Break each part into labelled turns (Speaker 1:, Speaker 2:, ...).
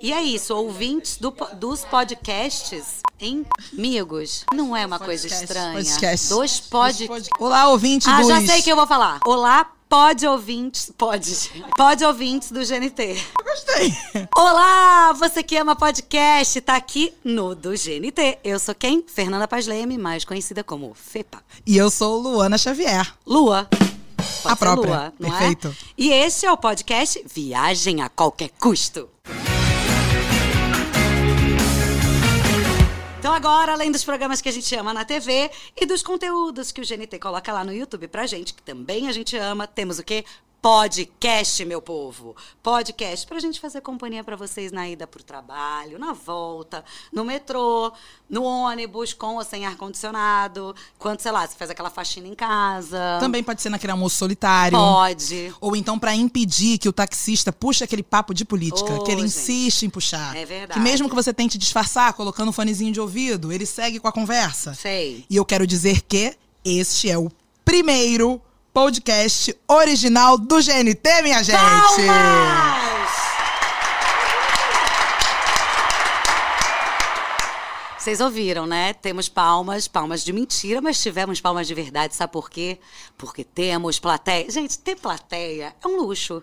Speaker 1: E é isso, ouvintes do po- dos podcasts, hein? Amigos, não é uma coisa estranha.
Speaker 2: Podcast.
Speaker 1: Dos podcasts.
Speaker 2: Pode- Olá, ouvinte
Speaker 1: Ah,
Speaker 2: dos...
Speaker 1: já sei que eu vou falar. Olá, pode ouvintes. Pode. gente. Pode ouvintes do GNT.
Speaker 2: Gostei.
Speaker 1: Olá, você que ama podcast, tá aqui no do GNT. Eu sou quem? Fernanda Paz Leme, mais conhecida como FEPA.
Speaker 2: E eu sou Luana Xavier.
Speaker 1: Lua.
Speaker 2: A própria.
Speaker 1: Lua, não
Speaker 2: Perfeito.
Speaker 1: É? E este é o podcast Viagem a Qualquer Custo. Então agora, além dos programas que a gente ama na TV e dos conteúdos que o GNT coloca lá no YouTube pra gente, que também a gente ama, temos o quê? Podcast, meu povo. Podcast pra gente fazer companhia pra vocês na ida pro trabalho, na volta, no metrô, no ônibus, com ou sem ar-condicionado, quando, sei lá, você faz aquela faxina em casa.
Speaker 2: Também pode ser naquele almoço solitário.
Speaker 1: Pode.
Speaker 2: Ou então pra impedir que o taxista puxa aquele papo de política,
Speaker 1: Ô,
Speaker 2: que ele
Speaker 1: gente.
Speaker 2: insiste em puxar.
Speaker 1: É verdade.
Speaker 2: Que mesmo que você tente disfarçar colocando um fonezinho de ouvido, ele segue com a conversa.
Speaker 1: Sei.
Speaker 2: E eu quero dizer que este é o primeiro podcast original do GNT, minha gente!
Speaker 1: Palmas! Vocês ouviram, né? Temos palmas, palmas de mentira, mas tivemos palmas de verdade. Sabe por quê? Porque temos plateia. Gente, ter plateia é um luxo.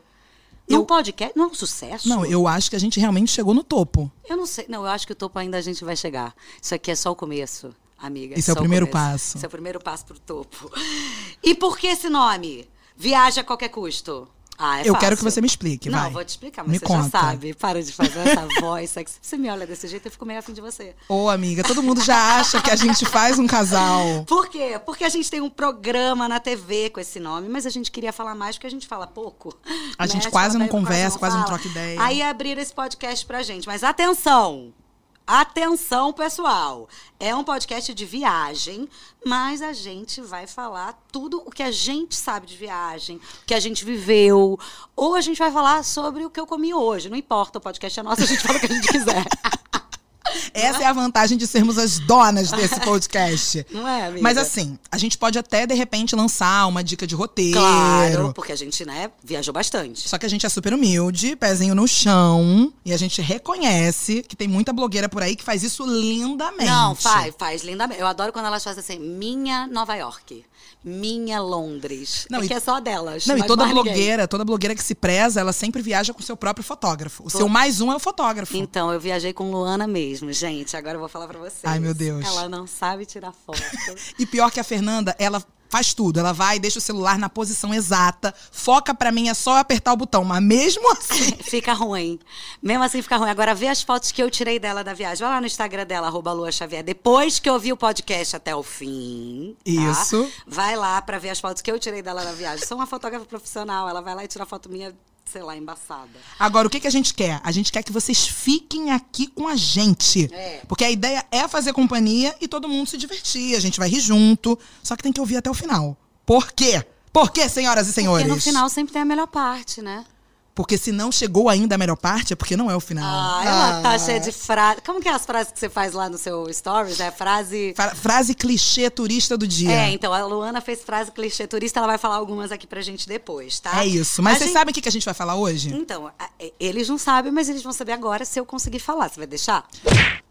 Speaker 1: Não
Speaker 2: Eu-
Speaker 1: podcast, não é um sucesso.
Speaker 2: Não, eu acho que a gente realmente chegou no topo.
Speaker 1: Eu não sei. Não, eu acho que o topo ainda a gente vai chegar. Isso aqui é só o começo, amiga.
Speaker 2: Esse é o
Speaker 1: só
Speaker 2: primeiro
Speaker 1: começo.
Speaker 2: passo.
Speaker 1: Esse é o primeiro passo pro topo. E por que esse nome? Viaja a qualquer custo. Ah, é
Speaker 2: eu quero que
Speaker 1: fácil.
Speaker 2: você me explique,
Speaker 1: Não,
Speaker 2: vai.
Speaker 1: vou te explicar, mas
Speaker 2: me
Speaker 1: você
Speaker 2: conta.
Speaker 1: já sabe. Para de fazer essa voz sexy. Você me olha desse jeito, eu fico meio afim de você.
Speaker 2: Ô, amiga, todo mundo já acha que a gente faz um casal.
Speaker 1: Por quê? Porque a gente tem um programa na TV com esse nome, mas a gente queria falar mais porque a gente fala pouco. né?
Speaker 2: A gente
Speaker 1: gente
Speaker 2: quase
Speaker 1: fala
Speaker 2: não
Speaker 1: bem,
Speaker 2: conversa, quase não
Speaker 1: fala.
Speaker 2: troca ideia.
Speaker 1: Aí abriram esse podcast pra gente. Mas atenção! Atenção, pessoal! É um podcast de viagem, mas a gente vai falar tudo o que a gente sabe de viagem, o que a gente viveu. Ou a gente vai falar sobre o que eu comi hoje. Não importa, o podcast é nosso, a gente fala o que a gente quiser.
Speaker 2: Essa é a vantagem de sermos as donas desse podcast.
Speaker 1: Não é, amiga?
Speaker 2: Mas assim, a gente pode até, de repente, lançar uma dica de roteiro.
Speaker 1: Claro, porque a gente, né, viajou bastante.
Speaker 2: Só que a gente é super humilde, pezinho no chão. E a gente reconhece que tem muita blogueira por aí que faz isso lindamente.
Speaker 1: Não, faz, faz lindamente. Eu adoro quando elas fazem assim, minha Nova York, minha Londres.
Speaker 2: Não,
Speaker 1: é
Speaker 2: e-
Speaker 1: que é só delas.
Speaker 2: Não, e
Speaker 1: mas
Speaker 2: toda
Speaker 1: mais ninguém.
Speaker 2: blogueira, toda blogueira que se preza, ela sempre viaja com seu próprio fotógrafo. O seu mais um é o fotógrafo.
Speaker 1: Então, eu viajei com Luana mesmo, gente. Agora eu vou falar pra vocês.
Speaker 2: Ai, meu Deus.
Speaker 1: Ela não sabe tirar foto.
Speaker 2: E pior que a Fernanda, ela faz tudo. Ela vai, deixa o celular na posição exata, foca pra mim, é só eu apertar o botão. Mas mesmo assim.
Speaker 1: fica ruim. Mesmo assim, fica ruim. Agora, vê as fotos que eu tirei dela da viagem. Vai lá no Instagram dela, arroba Lua Xavier. Depois que eu vi o podcast até o fim. tá?
Speaker 2: Isso.
Speaker 1: Vai lá pra ver as fotos que eu tirei dela da viagem. Sou uma fotógrafa profissional. Ela vai lá e tira foto minha, sei lá, embaçada.
Speaker 2: Agora, o que, que a gente quer? A gente quer que vocês fiquem aqui com a gente.
Speaker 1: É.
Speaker 2: Porque a ideia é fazer companhia e todo mundo se divertir. A gente vai rir junto. Só que tem que ouvir até o final. Por quê? Por quê, senhoras e senhores?
Speaker 1: Porque no final sempre tem a melhor parte, né?
Speaker 2: Porque se não chegou ainda a melhor parte, é porque não é o final.
Speaker 1: Ah, ela tá
Speaker 2: Ah.
Speaker 1: cheia de frases. Como que é as frases que você faz lá no seu stories? É frase.
Speaker 2: Fra- Frase clichê turista do dia.
Speaker 1: É, então a Luana fez frase clichê turista, ela vai falar algumas aqui pra gente depois, tá?
Speaker 2: É isso. Mas
Speaker 1: A
Speaker 2: vocês
Speaker 1: gente-
Speaker 2: sabem o que que a gente vai falar hoje?
Speaker 1: Então, a- e- eles não sabem, mas eles vão saber agora se eu conseguir falar. Você vai deixar?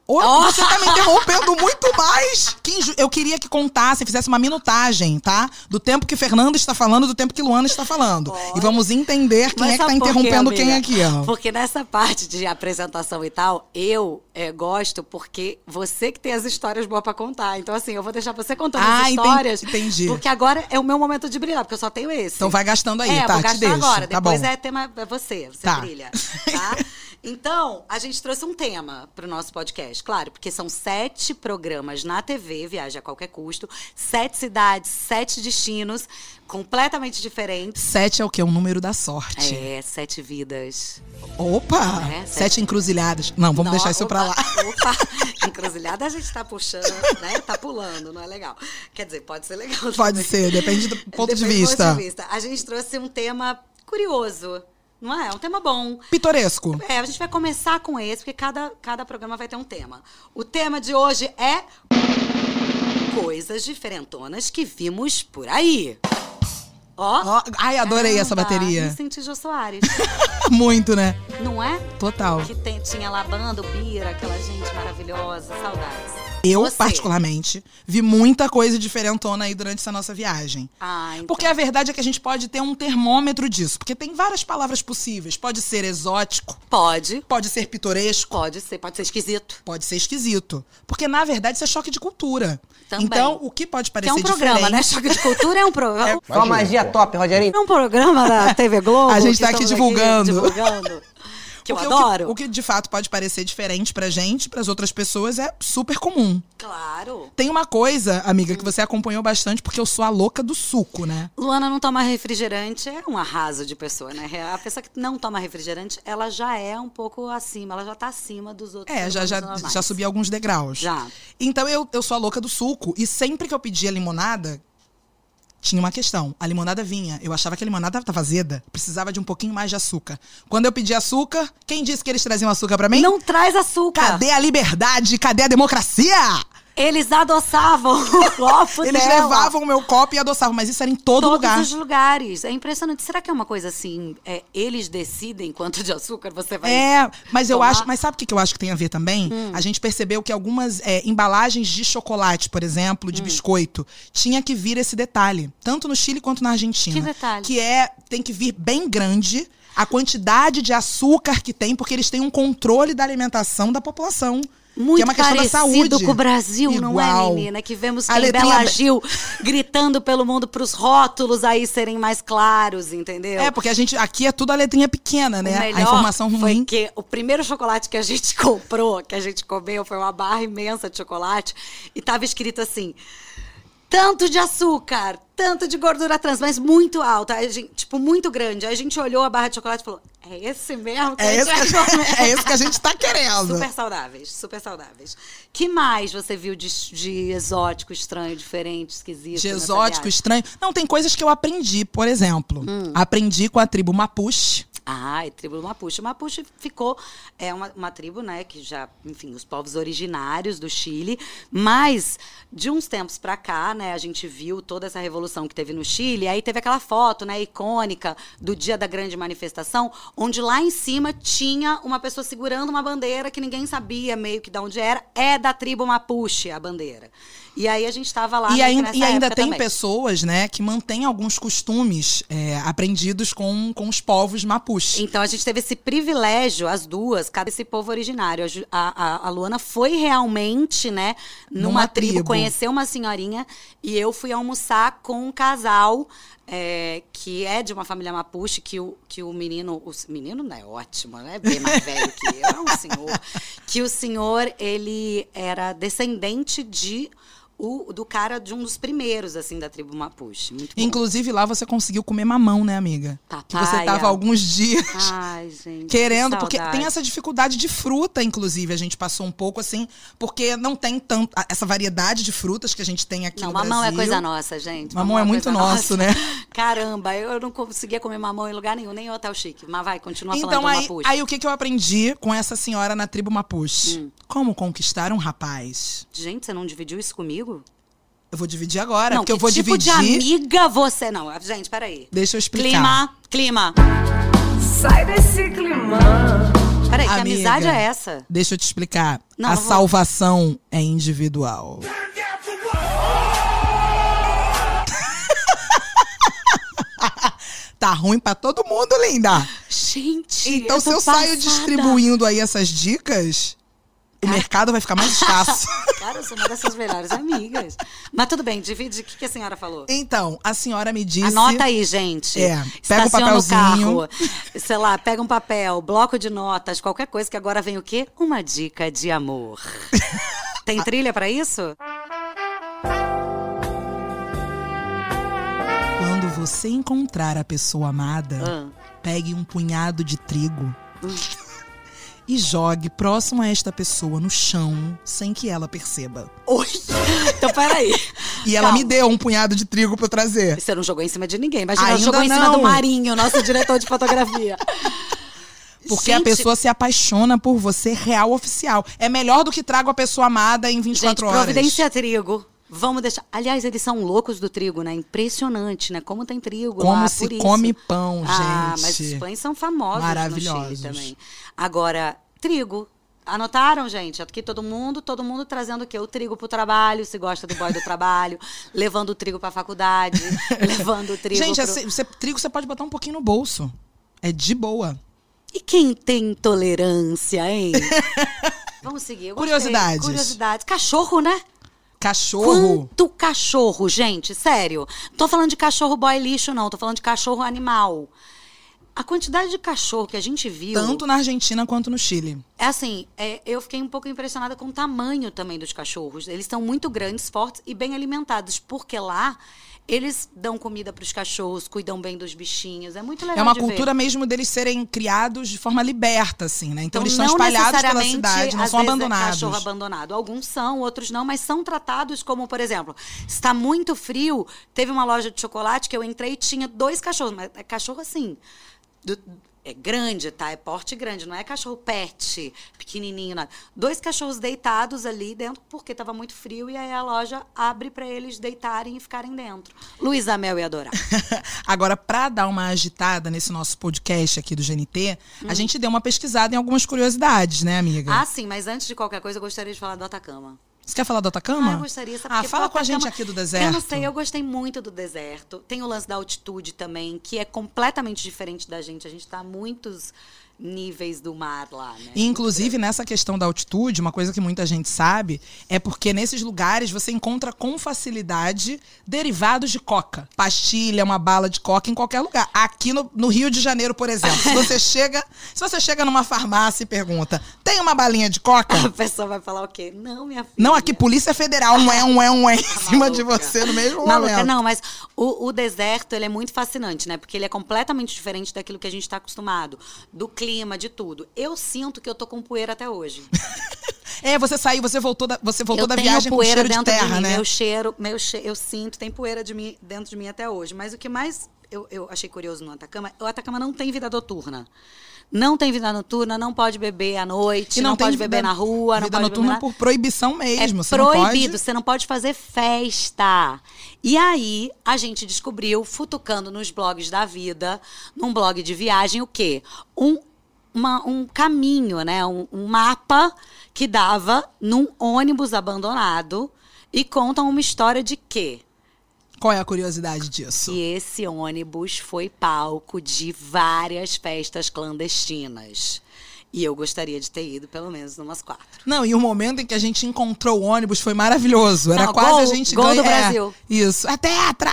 Speaker 2: Ô,
Speaker 1: Ó.
Speaker 2: Você tá me interrompendo muito mais. Que inju- Eu queria que contasse, fizesse uma minutagem, tá? Do tempo que Fernando está falando, do tempo que Luana está falando. E vamos entender quem
Speaker 1: Mas
Speaker 2: é que tá
Speaker 1: sabe por quê,
Speaker 2: interrompendo quem
Speaker 1: amiga?
Speaker 2: aqui, ó.
Speaker 1: Porque nessa parte de apresentação e tal, eu eh, gosto porque você que tem as histórias boas pra contar. Então, assim, eu vou deixar você contando
Speaker 2: Ah,
Speaker 1: as
Speaker 2: enten-
Speaker 1: histórias.
Speaker 2: entendi.
Speaker 1: Porque agora é o meu momento de brilhar, porque eu só tenho esse.
Speaker 2: Então vai gastando aí,
Speaker 1: é,
Speaker 2: tá?
Speaker 1: vou
Speaker 2: Te
Speaker 1: gastar
Speaker 2: deixo.
Speaker 1: agora.
Speaker 2: Tá
Speaker 1: Depois
Speaker 2: bom.
Speaker 1: é tema é você, você
Speaker 2: Tá.
Speaker 1: brilha, tá? Então, a gente trouxe um tema pro nosso podcast, claro, porque são sete programas na TV, Viaja a Qualquer Custo, sete cidades, sete destinos, completamente diferentes.
Speaker 2: Sete é o quê? Um número da sorte.
Speaker 1: É, sete vidas.
Speaker 2: Opa!
Speaker 1: É,
Speaker 2: sete.
Speaker 1: sete.
Speaker 2: encruzilhadas. Não, vamos
Speaker 1: Nó-
Speaker 2: deixar isso pra lá.
Speaker 1: opa, Opa, encruzilhada a gente tá puxando, né? Tá pulando, não é legal. Quer dizer, pode ser legal. também.
Speaker 2: Pode ser, depende do ponto de
Speaker 1: Depende do
Speaker 2: vista.
Speaker 1: ponto de vista. A gente trouxe um tema curioso, não é? É um tema bom.
Speaker 2: Pitoresco.
Speaker 1: É, a gente vai começar com esse, porque cada, cada programa vai ter um tema. O tema de hoje é. Coisas diferentonas que vimos por aí. Ó,
Speaker 2: Ó, ai, adorei essa
Speaker 1: caramba, é
Speaker 2: bateria.
Speaker 1: Me senti Jô Soares.
Speaker 2: Muito, né?
Speaker 1: Não é?
Speaker 2: Total.
Speaker 1: Que tem- tinha lá banda, o Bira, aquela gente maravilhosa, saudades.
Speaker 2: Eu,
Speaker 1: Você.
Speaker 2: particularmente, vi muita coisa diferentona aí durante essa nossa viagem.
Speaker 1: Ah, então.
Speaker 2: Porque a verdade é que a gente pode ter um termômetro disso. Porque tem várias palavras possíveis. Pode ser exótico,
Speaker 1: Pode,
Speaker 2: pode ser pitoresco,
Speaker 1: pode ser, pode ser esquisito.
Speaker 2: pode ser esquisito. Porque, na verdade, isso é choque de cultura.
Speaker 1: Também.
Speaker 2: Então, o que pode
Speaker 1: Que
Speaker 2: parecer
Speaker 1: é um programa,
Speaker 2: diferente...
Speaker 1: né? Choque de cultura é um programa. É.
Speaker 3: Só magia top, Rogerinho.
Speaker 1: um programa da TV Globo.
Speaker 2: A gente
Speaker 1: que
Speaker 2: tá aqui
Speaker 1: estamos
Speaker 2: divulgando.
Speaker 1: divulgando, que eu
Speaker 2: Porque o
Speaker 1: adoro.
Speaker 2: O que, de fato pode parecer diferente pra gente, pras outras pessoas, é super comum.
Speaker 1: Claro.
Speaker 2: Tem uma coisa, amiga,
Speaker 1: Hum.
Speaker 2: que você acompanhou bastante, porque eu sou a louca do suco, né?
Speaker 1: Luana não toma refrigerante é um arraso de pessoa, né? A pessoa que não toma refrigerante, ela já é um pouco acima, ela já tá acima dos outros.
Speaker 2: É, já, já,
Speaker 1: humanos normais.
Speaker 2: já subi alguns degraus.
Speaker 1: Já.
Speaker 2: Então eu, eu sou a louca do suco. E sempre que eu pedia limonada, tinha uma questão. A limonada vinha. Eu achava que a limonada tava azeda. Precisava de um pouquinho mais de açúcar. Quando eu pedi açúcar, quem disse que eles traziam açúcar pra mim?
Speaker 1: Não traz açúcar.
Speaker 2: Cadê a liberdade? Cadê a democracia?
Speaker 1: Eles adoçavam o copo
Speaker 2: Eles
Speaker 1: dela.
Speaker 2: levavam o meu copo e adoçavam, mas isso era em todo
Speaker 1: todos
Speaker 2: lugar.
Speaker 1: os lugares. É impressionante. Será que é uma coisa assim? é, eles decidem quanto de açúcar você vai.
Speaker 2: É, mas eu
Speaker 1: tomar. Hum.
Speaker 2: acho. Mas sabe o que que eu acho que tem a ver também? A gente percebeu que algumas é, embalagens de chocolate, por exemplo,
Speaker 1: Hum.
Speaker 2: de biscoito, tinha que vir esse detalhe. Tanto no Chile quanto na Argentina.
Speaker 1: Que detalhe?
Speaker 2: Que é. Tem que vir bem grande. A quantidade de açúcar que tem, porque eles têm um controle da alimentação da população.
Speaker 1: Muito
Speaker 2: que é uma questão da
Speaker 1: parecido
Speaker 2: saúde.
Speaker 1: com o Brasil, não é,
Speaker 2: Igual.
Speaker 1: menina? Que vemos
Speaker 2: A é
Speaker 1: que
Speaker 2: letrinha
Speaker 1: Bela
Speaker 2: be-
Speaker 1: Gil gritando pelo mundo pros rótulos aí serem mais claros, entendeu?
Speaker 2: É, porque a gente. Aqui é tudo a letrinha pequena,
Speaker 1: O
Speaker 2: né?
Speaker 1: melhor
Speaker 2: A informação
Speaker 1: Foi
Speaker 2: ruim.
Speaker 1: que o primeiro chocolate que a gente comprou, que a gente comeu, foi uma barra imensa de chocolate e tava escrito assim: tanto de açúcar, tanto de gordura trans, mas muito alta, Aí a gente- tipo muito grande. Aí a gente olhou a barra de chocolate e falou: é esse mesmo? que a
Speaker 2: É,
Speaker 1: gente
Speaker 2: esse que a
Speaker 1: vai comer?"
Speaker 2: gente, é esse que a gente tá querendo.
Speaker 1: Super saudáveis, super saudáveis. Que mais você viu de, de exótico, estranho, diferente, esquisito?
Speaker 2: de
Speaker 1: nessa
Speaker 2: exótico,
Speaker 1: viagem?
Speaker 2: estranho. Não, tem coisas que eu aprendi, por exemplo.
Speaker 1: Hum.
Speaker 2: Aprendi com a tribo Mapuche.
Speaker 1: Ah, é tribo do Mapuche. O Mapuche ficou, é uma, uma tribo, né, que já, enfim, os povos originários do Chile, mas de uns tempos pra cá, né, a gente viu toda essa revolução que teve no Chile, aí teve aquela foto, né, icônica do dia da grande manifestação, onde lá em cima tinha uma pessoa segurando uma bandeira que ninguém sabia meio que de onde era, é da tribo Mapuche a bandeira. E aí a gente tava lá
Speaker 2: E,
Speaker 1: nessa-
Speaker 2: ainda,
Speaker 1: nessa
Speaker 2: e ainda
Speaker 1: época
Speaker 2: tem
Speaker 1: também.
Speaker 2: pessoas, né, que mantêm alguns costumes é, aprendidos com, com os povos Mapuche.
Speaker 1: Então a gente teve esse privilégio, as duas, cada esse povo originário. A Ju- A, a- a Luana foi realmente, né, numa,
Speaker 2: Numa
Speaker 1: tribo,
Speaker 2: tribo.
Speaker 1: conheceu uma senhorinha e eu fui almoçar com um casal é, que é de uma família mapuche, que o, que o menino. O s- menino não é ótimo, né? Bem mais velho que eu, é um senhor. Que o senhor, ele era descendente de. o- do cara de um dos primeiros, assim, da tribo Mapuche. Muito bom.
Speaker 2: Inclusive, lá você conseguiu comer mamão, né, amiga? Que você
Speaker 1: Papaya.
Speaker 2: tava alguns dias
Speaker 1: Ai, gente. que
Speaker 2: querendo, porque
Speaker 1: saudade.
Speaker 2: tem essa dificuldade de fruta, inclusive. A gente passou um pouco assim, porque não tem tanto essa variedade de frutas que a gente tem aqui
Speaker 1: Não,
Speaker 2: no
Speaker 1: mamão é
Speaker 2: Brasil.
Speaker 1: coisa nossa, gente.
Speaker 2: Mamão é muito
Speaker 1: coisa
Speaker 2: nosso, né?
Speaker 1: Caramba, eu não conseguia comer mamão em lugar nenhum, nem em hotel chique. Mas vai, continua falando
Speaker 2: Então,
Speaker 1: do
Speaker 2: aí,
Speaker 1: Mapuche.
Speaker 2: aí o que, que eu aprendi com essa senhora na tribo Mapuche?
Speaker 1: Hum.
Speaker 2: Como conquistar um rapaz?
Speaker 1: Gente, você não dividiu isso comigo?
Speaker 2: Eu vou dividir agora,
Speaker 1: não,
Speaker 2: porque eu vou
Speaker 1: que tipo
Speaker 2: dividir.
Speaker 1: de amiga você... Não, gente, peraí.
Speaker 2: Deixa eu explicar.
Speaker 1: Clima, clima.
Speaker 4: Sai desse climão.
Speaker 1: Peraí, que
Speaker 2: Amiga.
Speaker 1: amizade é essa?
Speaker 2: Deixa eu te explicar.
Speaker 1: Não,
Speaker 2: a
Speaker 1: não vou.
Speaker 2: salvação é individual. tá ruim pra todo mundo, linda.
Speaker 1: Gente,
Speaker 2: Então,
Speaker 1: eu
Speaker 2: se
Speaker 1: tô
Speaker 2: eu saio
Speaker 1: passada.
Speaker 2: distribuindo aí essas dicas, o mercado vai ficar mais escasso.
Speaker 1: Cara, eu sou uma dessas melhores amigas. Mas tudo bem, divide. O que, que a senhora falou?
Speaker 2: Então, a senhora me disse.
Speaker 1: Anota aí, gente.
Speaker 2: É, pega um
Speaker 1: Estaciona o carro.
Speaker 2: papelzinho.
Speaker 1: Sei lá, pega um papel, bloco de notas, qualquer coisa, que agora vem o quê? Uma dica de amor. Tem trilha pra isso?
Speaker 2: Quando você encontrar a pessoa
Speaker 1: Ah.
Speaker 2: amada, pegue um punhado de trigo
Speaker 1: Hum.
Speaker 2: e jogue próximo a esta pessoa no chão sem que ela perceba.
Speaker 1: Oi! Então, peraí.
Speaker 2: E ela
Speaker 1: Calma.
Speaker 2: me deu um punhado de trigo pra eu trazer.
Speaker 1: Você não jogou em cima de ninguém. Imagina, ela
Speaker 2: Ainda
Speaker 1: jogou em cima
Speaker 2: não.
Speaker 1: do Marinho, nosso diretor de fotografia.
Speaker 2: Porque a
Speaker 1: Gente,
Speaker 2: pessoa se apaixona por você real oficial. É melhor do que trago a pessoa amada em
Speaker 1: Gente,
Speaker 2: 24 horas.
Speaker 1: providencia trigo. Vamos deixar. Aliás, eles são loucos do trigo, né? Impressionante, né? Como tem trigo lá,
Speaker 2: Como
Speaker 1: por
Speaker 2: se
Speaker 1: isso.
Speaker 2: come pão, gente.
Speaker 1: Ah, mas os pães são famosos no Chile
Speaker 2: Maravilhosos.
Speaker 1: também. Agora, trigo. Anotaram, gente? Aqui todo mundo, todo mundo trazendo o quê? O trigo pro trabalho, se gosta do boy do trabalho, levando o trigo pra faculdade, levando o trigo
Speaker 2: Gente,
Speaker 1: pro...
Speaker 2: assim, você- trigo você pode botar um pouquinho no bolso. É de boa.
Speaker 1: E quem tem intolerância, hein? Vamos seguir. eu gostei.
Speaker 2: Curiosidades.
Speaker 1: Curiosidades. Cachorro, né?
Speaker 2: Cachorro.
Speaker 1: Quanto cachorro, gente, sério. Tô falando de cachorro boy lixo, não. Tô falando de cachorro animal. A quantidade de cachorro que a gente viu.
Speaker 2: Tanto na Argentina quanto no Chile.
Speaker 1: É assim, é, eu fiquei um pouco impressionada com o tamanho também dos cachorros. Eles são muito grandes, fortes e bem alimentados, porque lá eles dão comida para os cachorros, cuidam bem dos bichinhos. É muito legal.
Speaker 2: É uma
Speaker 1: de ver.
Speaker 2: cultura mesmo deles serem criados de forma liberta, assim, né? Então, eles estão
Speaker 1: não
Speaker 2: espalhados pela
Speaker 1: necessariamente,
Speaker 2: cidade, não
Speaker 1: às
Speaker 2: são
Speaker 1: vezes, É
Speaker 2: abandonados.
Speaker 1: cachorro abandonado. Alguns são, outros não, mas são tratados como, por exemplo, está muito frio. Teve uma loja de chocolate que eu entrei e tinha dois cachorros, mas é cachorro assim. do- é grande, tá? É porte grande, não é cachorro pet, pequenininho, nada. Dois cachorros deitados ali dentro porque estava muito frio e aí a loja abre para eles deitarem e ficarem dentro. Luísa Mel ia adorar.
Speaker 2: Agora, pra dar uma agitada nesse nosso podcast aqui do GNT, a gente deu uma pesquisada em algumas curiosidades, né, amiga?
Speaker 1: Hum. ah, sim, mas antes de qualquer coisa, eu gostaria de falar do Atacama.
Speaker 2: Você quer falar do Atacama?
Speaker 1: Ah, eu gostaria. Sabe
Speaker 2: Ah,
Speaker 1: porque,
Speaker 2: fala
Speaker 1: pô,
Speaker 2: com a gente
Speaker 1: Atacama-
Speaker 2: aqui do deserto.
Speaker 1: Eu não sei, eu gostei muito do deserto. Tem o lance da altitude também, que é completamente diferente da gente. A gente tá a muitos níveis do mar lá, né?
Speaker 2: E, É Inclusive, nessa questão da altitude, uma coisa que muita gente sabe é porque nesses lugares você encontra com facilidade derivados de coca. Pastilha, uma bala de coca em qualquer lugar. Aqui no, no Rio de Janeiro, por exemplo, se você chega, se você chega numa farmácia e pergunta: "Tem uma balinha de
Speaker 1: A
Speaker 2: coca?"
Speaker 1: pessoa vai falar o quê? Não, minha filha.
Speaker 2: Não, aqui Polícia Federal, um é, um é, um é em cima de
Speaker 1: maluca.
Speaker 2: você no mesmo
Speaker 1: Maluca,
Speaker 2: momento.
Speaker 1: não, mas o, o deserto ele é muito fascinante, né? Porque ele é completamente diferente daquilo que a gente está acostumado, do clima, de tudo. Eu sinto que eu tô com poeira até hoje.
Speaker 2: É, você saiu, você voltou da, você voltou
Speaker 1: eu
Speaker 2: da
Speaker 1: tenho
Speaker 2: viagem com
Speaker 1: poeira
Speaker 2: cheiro de
Speaker 1: dentro de
Speaker 2: terra,
Speaker 1: mim.
Speaker 2: né?
Speaker 1: Meu cheiro, meu che... eu sinto, tem poeira de mim, dentro de mim até hoje. Mas o que mais eu, eu achei curioso no Atacama, o Atacama não tem vida noturna. Não tem vida noturna, não pode beber à noite, não, pode beber na rua, não
Speaker 2: vida
Speaker 1: pode beber
Speaker 2: noturna
Speaker 1: na...
Speaker 2: por proibição mesmo.
Speaker 1: É
Speaker 2: você não
Speaker 1: proibido,
Speaker 2: pode-
Speaker 1: você não pode fazer festa. E aí, a gente descobriu, futucando nos blogs da vida, num blog de viagem, o quê? Um, uma- um caminho, né? Um, um mapa que dava num ônibus abandonado e contam uma história de quê?
Speaker 2: Qual é a curiosidade disso?
Speaker 1: Que esse ônibus foi palco de várias festas clandestinas. E eu gostaria de ter ido pelo menos numas quatro.
Speaker 2: Não, e o momento em que a gente encontrou o ônibus foi maravilhoso. Era
Speaker 1: Não,
Speaker 2: quase
Speaker 1: gol-
Speaker 2: a gente
Speaker 1: gol do
Speaker 2: ganha- é,
Speaker 1: Brasil. Ah!
Speaker 2: isso. É tetra!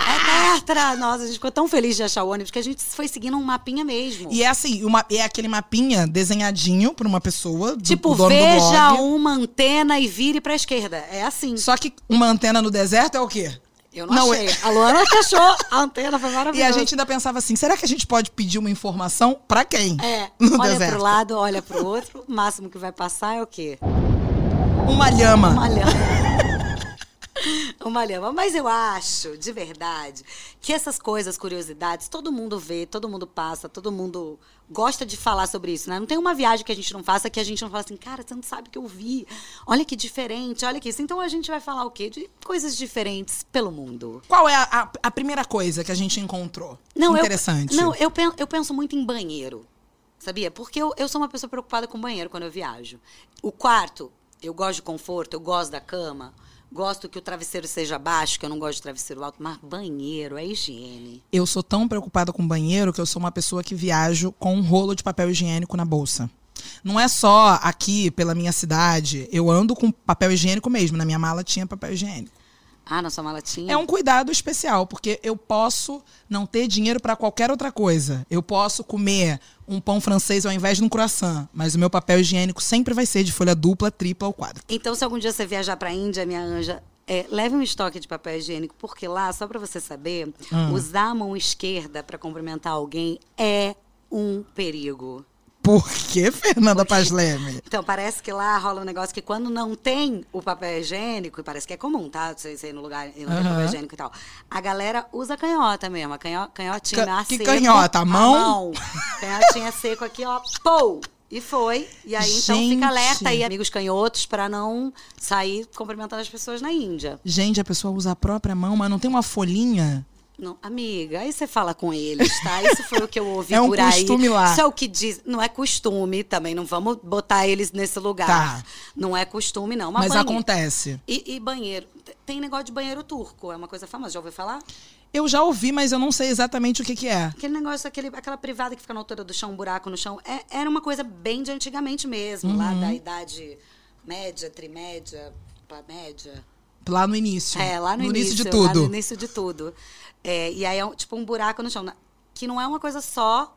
Speaker 1: Petra! Nossa, a gente ficou tão feliz de achar o ônibus que a gente foi seguindo um mapinha mesmo.
Speaker 2: E é assim, uma- é aquele mapinha desenhadinho por uma pessoa, do,
Speaker 1: tipo,
Speaker 2: o dono do
Speaker 1: veja
Speaker 2: blog.
Speaker 1: uma antena e vire pra esquerda. É assim.
Speaker 2: Só que uma antena no deserto é o quê?
Speaker 1: Eu não,
Speaker 2: Não, é-
Speaker 1: achei. A Luana que achou. A antena foi
Speaker 2: E
Speaker 1: maravilhosa.
Speaker 2: a gente ainda pensava assim, será que a gente pode pedir uma informação pra quem?
Speaker 1: É,
Speaker 2: no
Speaker 1: olha
Speaker 2: deserto.
Speaker 1: pro lado, olha pro outro. O máximo que vai passar é o quê?
Speaker 2: Uma lhama.
Speaker 1: Uma lhama. Uma lhama. Mas eu acho, de verdade, que essas coisas, curiosidades, todo mundo vê, todo mundo passa, todo mundo gosta de falar sobre isso, né? Não tem uma viagem que a gente não faça que a gente não fala assim, cara, você não sabe o que eu vi. Olha que diferente, olha que isso. Então a gente vai falar o quê? De coisas diferentes pelo mundo.
Speaker 2: Qual é a, a- a primeira coisa que a gente encontrou?
Speaker 1: Não,
Speaker 2: Interessante.
Speaker 1: Eu, não, eu penso, eu penso muito em banheiro, sabia? Porque eu, eu sou uma pessoa preocupada com banheiro quando eu viajo. O quarto, eu gosto de conforto, eu gosto da cama, gosto que o travesseiro seja baixo, que eu não gosto de travesseiro alto, mas banheiro é higiene.
Speaker 2: Eu sou tão preocupada com banheiro que eu sou uma pessoa que viajo com um rolo de papel higiênico na bolsa. Não é só aqui pela minha cidade, eu ando com papel higiênico mesmo, na minha mala tinha papel higiênico.
Speaker 1: Ah, na sua maletinha?
Speaker 2: É um cuidado especial, porque eu posso não ter dinheiro para qualquer outra coisa. Eu posso comer um pão francês ao invés de um croissant, mas o meu papel higiênico sempre vai ser de folha dupla, tripla ou quadra.
Speaker 1: Então, se algum dia você viajar pra Índia, minha anja, é, leve um estoque de papel higiênico, porque lá, só pra você saber, usar a mão esquerda pra cumprimentar alguém é um perigo.
Speaker 2: Por que, Fernanda Paz Leme?
Speaker 1: Então, parece que lá rola um negócio que quando não tem o papel higiênico, e parece que é comum, tá? Você você ir no lugar e não tem
Speaker 2: Aham.
Speaker 1: papel higiênico e tal. A galera usa canhota mesmo, a canho- canhotinha
Speaker 2: Ca-
Speaker 1: a
Speaker 2: que
Speaker 1: seco.
Speaker 2: canhota? A mão?
Speaker 1: Canhotinha seco aqui, ó, pou! E foi. E aí, então,
Speaker 2: Gente.
Speaker 1: fica alerta aí, amigos canhotos, pra não sair cumprimentando as pessoas na Índia.
Speaker 2: Gente, a pessoa usa a própria mão, mas não tem uma folhinha?
Speaker 1: Não, amiga, aí você fala com eles, tá? Isso foi o que eu ouvi
Speaker 2: É um
Speaker 1: por aí.
Speaker 2: costume lá.
Speaker 1: Isso é o que diz. Não é costume também, não vamos botar eles nesse lugar.
Speaker 2: Tá.
Speaker 1: Não é costume, não.
Speaker 2: mas
Speaker 1: banhe-
Speaker 2: acontece.
Speaker 1: E, e banheiro. T- Tem negócio de banheiro turco, é uma coisa famosa. Já ouviu falar?
Speaker 2: Eu já ouvi, mas eu não sei exatamente o que que é.
Speaker 1: Aquele negócio, aquele, aquela privada que fica na altura do chão, um buraco no chão, é- era uma coisa bem de antigamente mesmo, lá da idade média, trimédia, pra média.
Speaker 2: Lá no início.
Speaker 1: É, lá no, início,
Speaker 2: de
Speaker 1: Lá no
Speaker 2: tudo.
Speaker 1: início de tudo. É, e aí é um- tipo um buraco no chão, na- que não é uma coisa só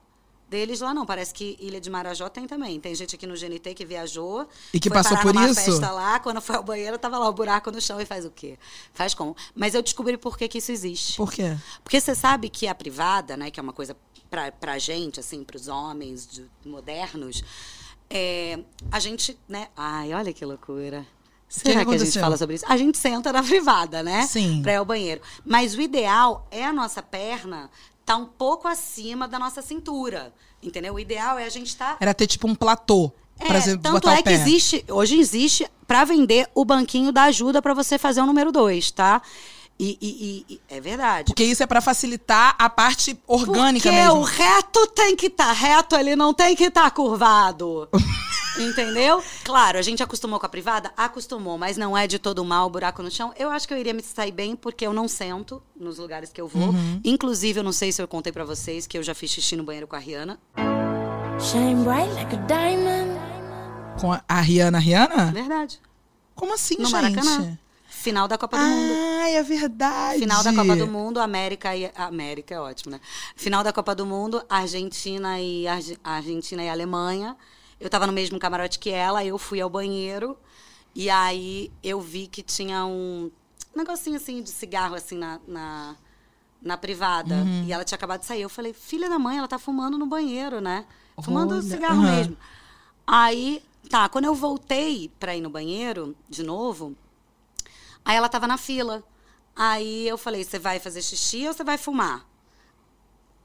Speaker 1: deles lá não, parece que Ilha de Marajó tem também. Tem gente aqui no GNT que viajou
Speaker 2: E que
Speaker 1: foi
Speaker 2: passou
Speaker 1: parar
Speaker 2: por
Speaker 1: numa
Speaker 2: isso?
Speaker 1: festa lá, quando foi ao banheiro, tava lá o buraco no chão e faz o quê? Faz como? Mas eu descobri por que que isso existe.
Speaker 2: Por quê?
Speaker 1: Porque você sabe que a privada, né, que é uma coisa pra, pra gente, assim, pros homens de- modernos, é, a gente, né, ai, olha que loucura. Será que, a gente
Speaker 2: aconteceu?
Speaker 1: fala sobre isso? A gente senta na privada, né?
Speaker 2: Sim.
Speaker 1: Pra ir ao banheiro. Mas o ideal é a nossa perna tá um pouco acima da nossa cintura, entendeu? O ideal é a gente estar...
Speaker 2: Era ter tipo um platô. pra
Speaker 1: É,
Speaker 2: você
Speaker 1: tanto
Speaker 2: botar
Speaker 1: é
Speaker 2: o
Speaker 1: que
Speaker 2: pé.
Speaker 1: existe, hoje existe, pra vender o banquinho da ajuda pra você fazer o número dois, tá? E, e- e- e é verdade.
Speaker 2: Porque isso é pra facilitar a parte orgânica
Speaker 1: Porque
Speaker 2: mesmo.
Speaker 1: o reto tem que estar reto, ele não tem que estar curvado. Entendeu? Claro, a gente acostumou com a privada? Acostumou, mas não é de todo mal o buraco no chão. Eu acho que eu iria me sair bem porque eu não sento nos lugares que eu vou. Inclusive, eu não sei se eu contei pra vocês que eu já fiz xixi no banheiro com a Rihanna.
Speaker 3: Shine bright like a diamond.
Speaker 2: Com a, a Rihanna, Rihanna?
Speaker 1: Verdade.
Speaker 2: Como assim,
Speaker 1: Né? No
Speaker 2: gente?
Speaker 1: Maracanã. Final da Copa do Mundo.
Speaker 2: Ah, é verdade.
Speaker 1: Final da Copa do Mundo, América e a América é ótimo, né? Final da Copa do Mundo, Argentina e Arge- Argentina e Alemanha. Eu tava no mesmo camarote que ela, eu fui ao banheiro e aí eu vi que tinha um negocinho assim de cigarro assim na na, na privada e ela tinha acabado de sair. Eu falei: "Filha da mãe, ela tá fumando no banheiro, né? Fumando
Speaker 2: Olha,
Speaker 1: cigarro
Speaker 2: aham.
Speaker 1: mesmo". Aí, tá, quando eu voltei pra ir no banheiro de novo, Aí ela tava na fila. Aí eu falei: você vai fazer xixi ou você vai fumar?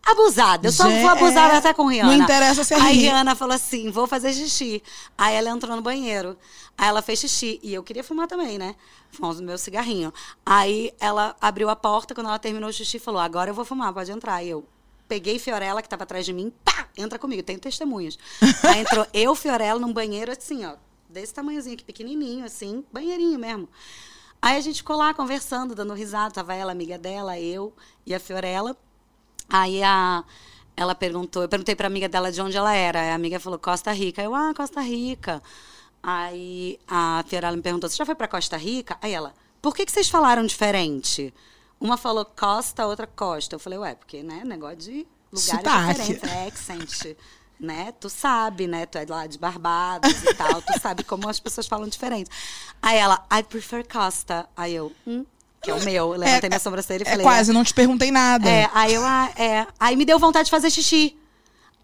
Speaker 1: Abusada, eu só
Speaker 2: Gé-
Speaker 1: vou abusar
Speaker 2: é,
Speaker 1: até com Rihanna.
Speaker 2: não interessa se é
Speaker 1: Aí
Speaker 2: ri.
Speaker 1: Rihanna falou assim: vou fazer xixi. Aí ela entrou no banheiro. Aí ela fez xixi. E eu queria fumar também, né? Fumar o meu cigarrinho. Aí ela abriu a porta, quando ela terminou o xixi, falou: agora eu vou fumar, pode entrar. E eu peguei Fiorella, que tava atrás de mim, pá, entra comigo, tenho testemunhas. Aí entrou eu, Fiorella, num banheiro assim, ó, desse tamanhozinho aqui, pequenininho, assim, banheirinho mesmo. Aí a gente ficou lá conversando, dando risada. Tava ela, amiga dela, eu e a Fiorella. Aí a, ela perguntou, eu perguntei pra amiga dela de onde ela era. Aí A amiga falou Costa Rica. Eu, ah, Costa Rica. Aí a Fiorella me perguntou, você já foi pra Costa Rica? Aí ela, por que, que vocês falaram diferente? Uma falou Costa, a outra Costa. Eu falei, ué, porque, né, negócio de lugares
Speaker 2: Sotaque.
Speaker 1: diferentes, é accent. Né? Tu sabe, né? Tu é lá de Barbados e tal. Tu sabe como as pessoas falam diferente. Aí ela, I prefer Costa. Aí eu, hum, que é o meu. Eu levantei minha sobrancelha e
Speaker 2: é
Speaker 1: falei. né?
Speaker 2: quase, não te perguntei nada.
Speaker 1: É, aí eu, ah, é. Aí me deu vontade de fazer xixi.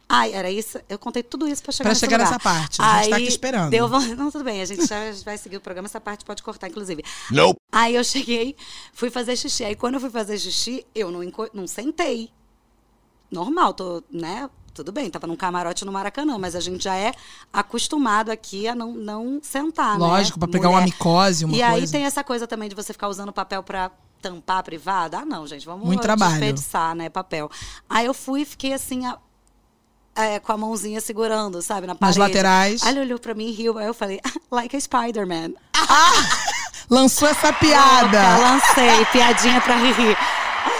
Speaker 1: Ai, era isso. Eu contei tudo isso pra chegar
Speaker 2: Pra
Speaker 1: nesse
Speaker 2: chegar
Speaker 1: lugar.
Speaker 2: nessa parte, a gente tá
Speaker 1: Aí
Speaker 2: aqui esperando.
Speaker 1: Deu von- Não, tudo bem, a gente já vai seguir o programa, essa parte pode cortar, inclusive.
Speaker 5: Nope.
Speaker 1: Aí eu cheguei, fui fazer xixi. Aí quando eu fui fazer xixi, eu não, enco- não sentei. Normal, tô, né? Tudo bem, tava num camarote no Maracanã, mas a gente já é acostumado aqui a não, não sentar, né?
Speaker 2: Lógico, pra pegar uma micose, uma
Speaker 1: e E aí
Speaker 2: coisa.
Speaker 1: tem essa coisa também de você ficar usando papel pra tampar a privada. Ah, não, gente, vamos
Speaker 2: Muito trabalho.
Speaker 1: desperdiçar, né, papel. Aí eu fui e fiquei assim, a- é, com a mãozinha segurando, sabe, na
Speaker 2: Nas
Speaker 1: parede.
Speaker 2: laterais.
Speaker 1: Aí ele olhou pra mim e riu, aí eu falei, like a Spider-Man.
Speaker 2: Ah! Lançou essa
Speaker 1: Louca,
Speaker 2: piada.
Speaker 1: lancei, piadinha pra rir.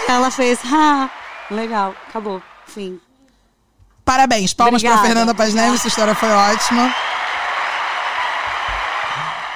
Speaker 1: Aí ela fez, ah, legal, acabou, fim.
Speaker 2: Parabéns. Palmas pra
Speaker 1: Obrigada.
Speaker 2: Fernanda Paz Neves. Sua história foi ótima.